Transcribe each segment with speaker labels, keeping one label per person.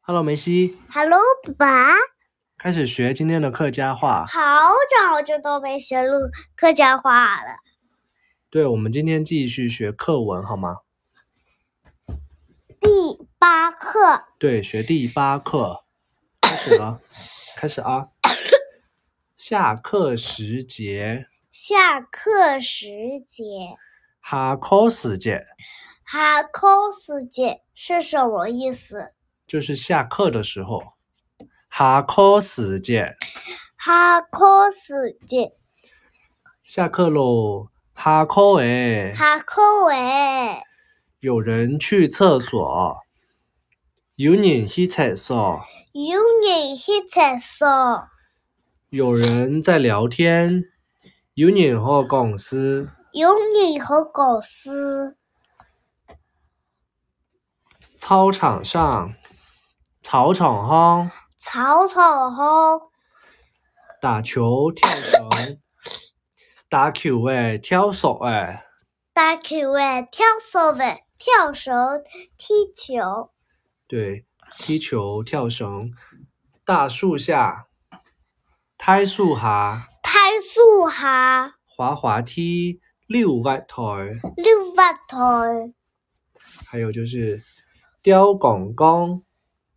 Speaker 1: Hello，梅西，
Speaker 2: Hello，爸爸，
Speaker 1: 开始学今天的客家话。
Speaker 2: 好久好久都没学录客家话了。
Speaker 1: 对，我们今天继续学课文，好吗？
Speaker 2: 第八课，
Speaker 1: 对，学第八课，开始了，开始啊！下课时节，
Speaker 2: 下课时节，
Speaker 1: 下课时节
Speaker 2: 下课时节是什么意思？
Speaker 1: 就是下课的时候。下课时节，
Speaker 2: 下课时节，
Speaker 1: 下课喽！下课诶，
Speaker 2: 下课喂，
Speaker 1: 有人去厕所，有人去厕所，
Speaker 2: 有人去厕所，
Speaker 1: 有人在聊天，有人和公司。
Speaker 2: 有人和狗司，
Speaker 1: 操场上，草场上
Speaker 2: 草场上
Speaker 1: 打球、跳绳，打球诶，跳哎绳诶，
Speaker 2: 打球喂，跳绳喂，跳绳踢球，
Speaker 1: 对，踢球、跳绳，大树下，苔树下，
Speaker 2: 拍树下。
Speaker 1: 滑滑梯，遛弯腿，
Speaker 2: 六八台
Speaker 1: 还有就是雕拱拱，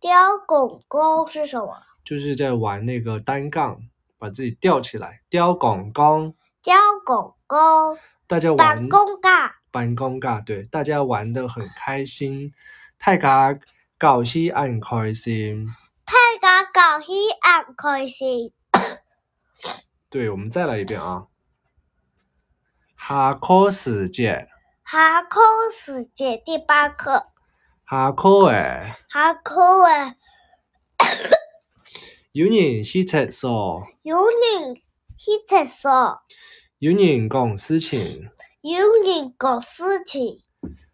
Speaker 2: 雕拱拱是什么？
Speaker 1: 就是在玩那个单杠，把自己吊起来，雕拱拱，
Speaker 2: 雕拱拱，
Speaker 1: 大家玩
Speaker 2: 板公架，
Speaker 1: 办公噶，对，大家玩得很开心，大家搞起很开心。
Speaker 2: 大家搞起很开心。
Speaker 1: 对，我们再来一遍啊。下课时节，
Speaker 2: 下课时节第八课，啊
Speaker 1: 下课诶，
Speaker 2: 下课诶，
Speaker 1: 有人去厕所，
Speaker 2: 有人去厕所，
Speaker 1: 有人讲事情，
Speaker 2: 有人搞事情，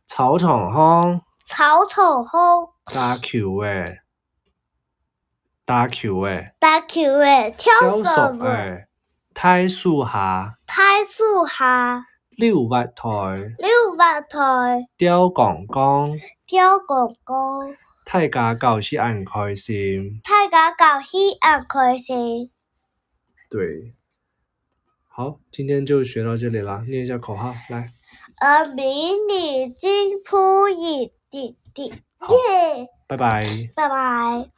Speaker 1: 操场上
Speaker 2: 吵吵哄，
Speaker 1: 打球诶，打球诶，
Speaker 2: 打球诶，跳
Speaker 1: 跳
Speaker 2: 绳
Speaker 1: 绳
Speaker 2: 诶，
Speaker 1: 诶，太树下
Speaker 2: 拍树下，
Speaker 1: 遛滑台，
Speaker 2: 六八台，
Speaker 1: 吊杠杠，
Speaker 2: 雕拱拱，
Speaker 1: 大家搞起很开心。
Speaker 2: 大家搞起很开心。
Speaker 1: 对，好，今天就学到这里了，念一下口号，来，
Speaker 2: 而迷你金铺一点点，耶！
Speaker 1: 拜拜。
Speaker 2: 拜拜。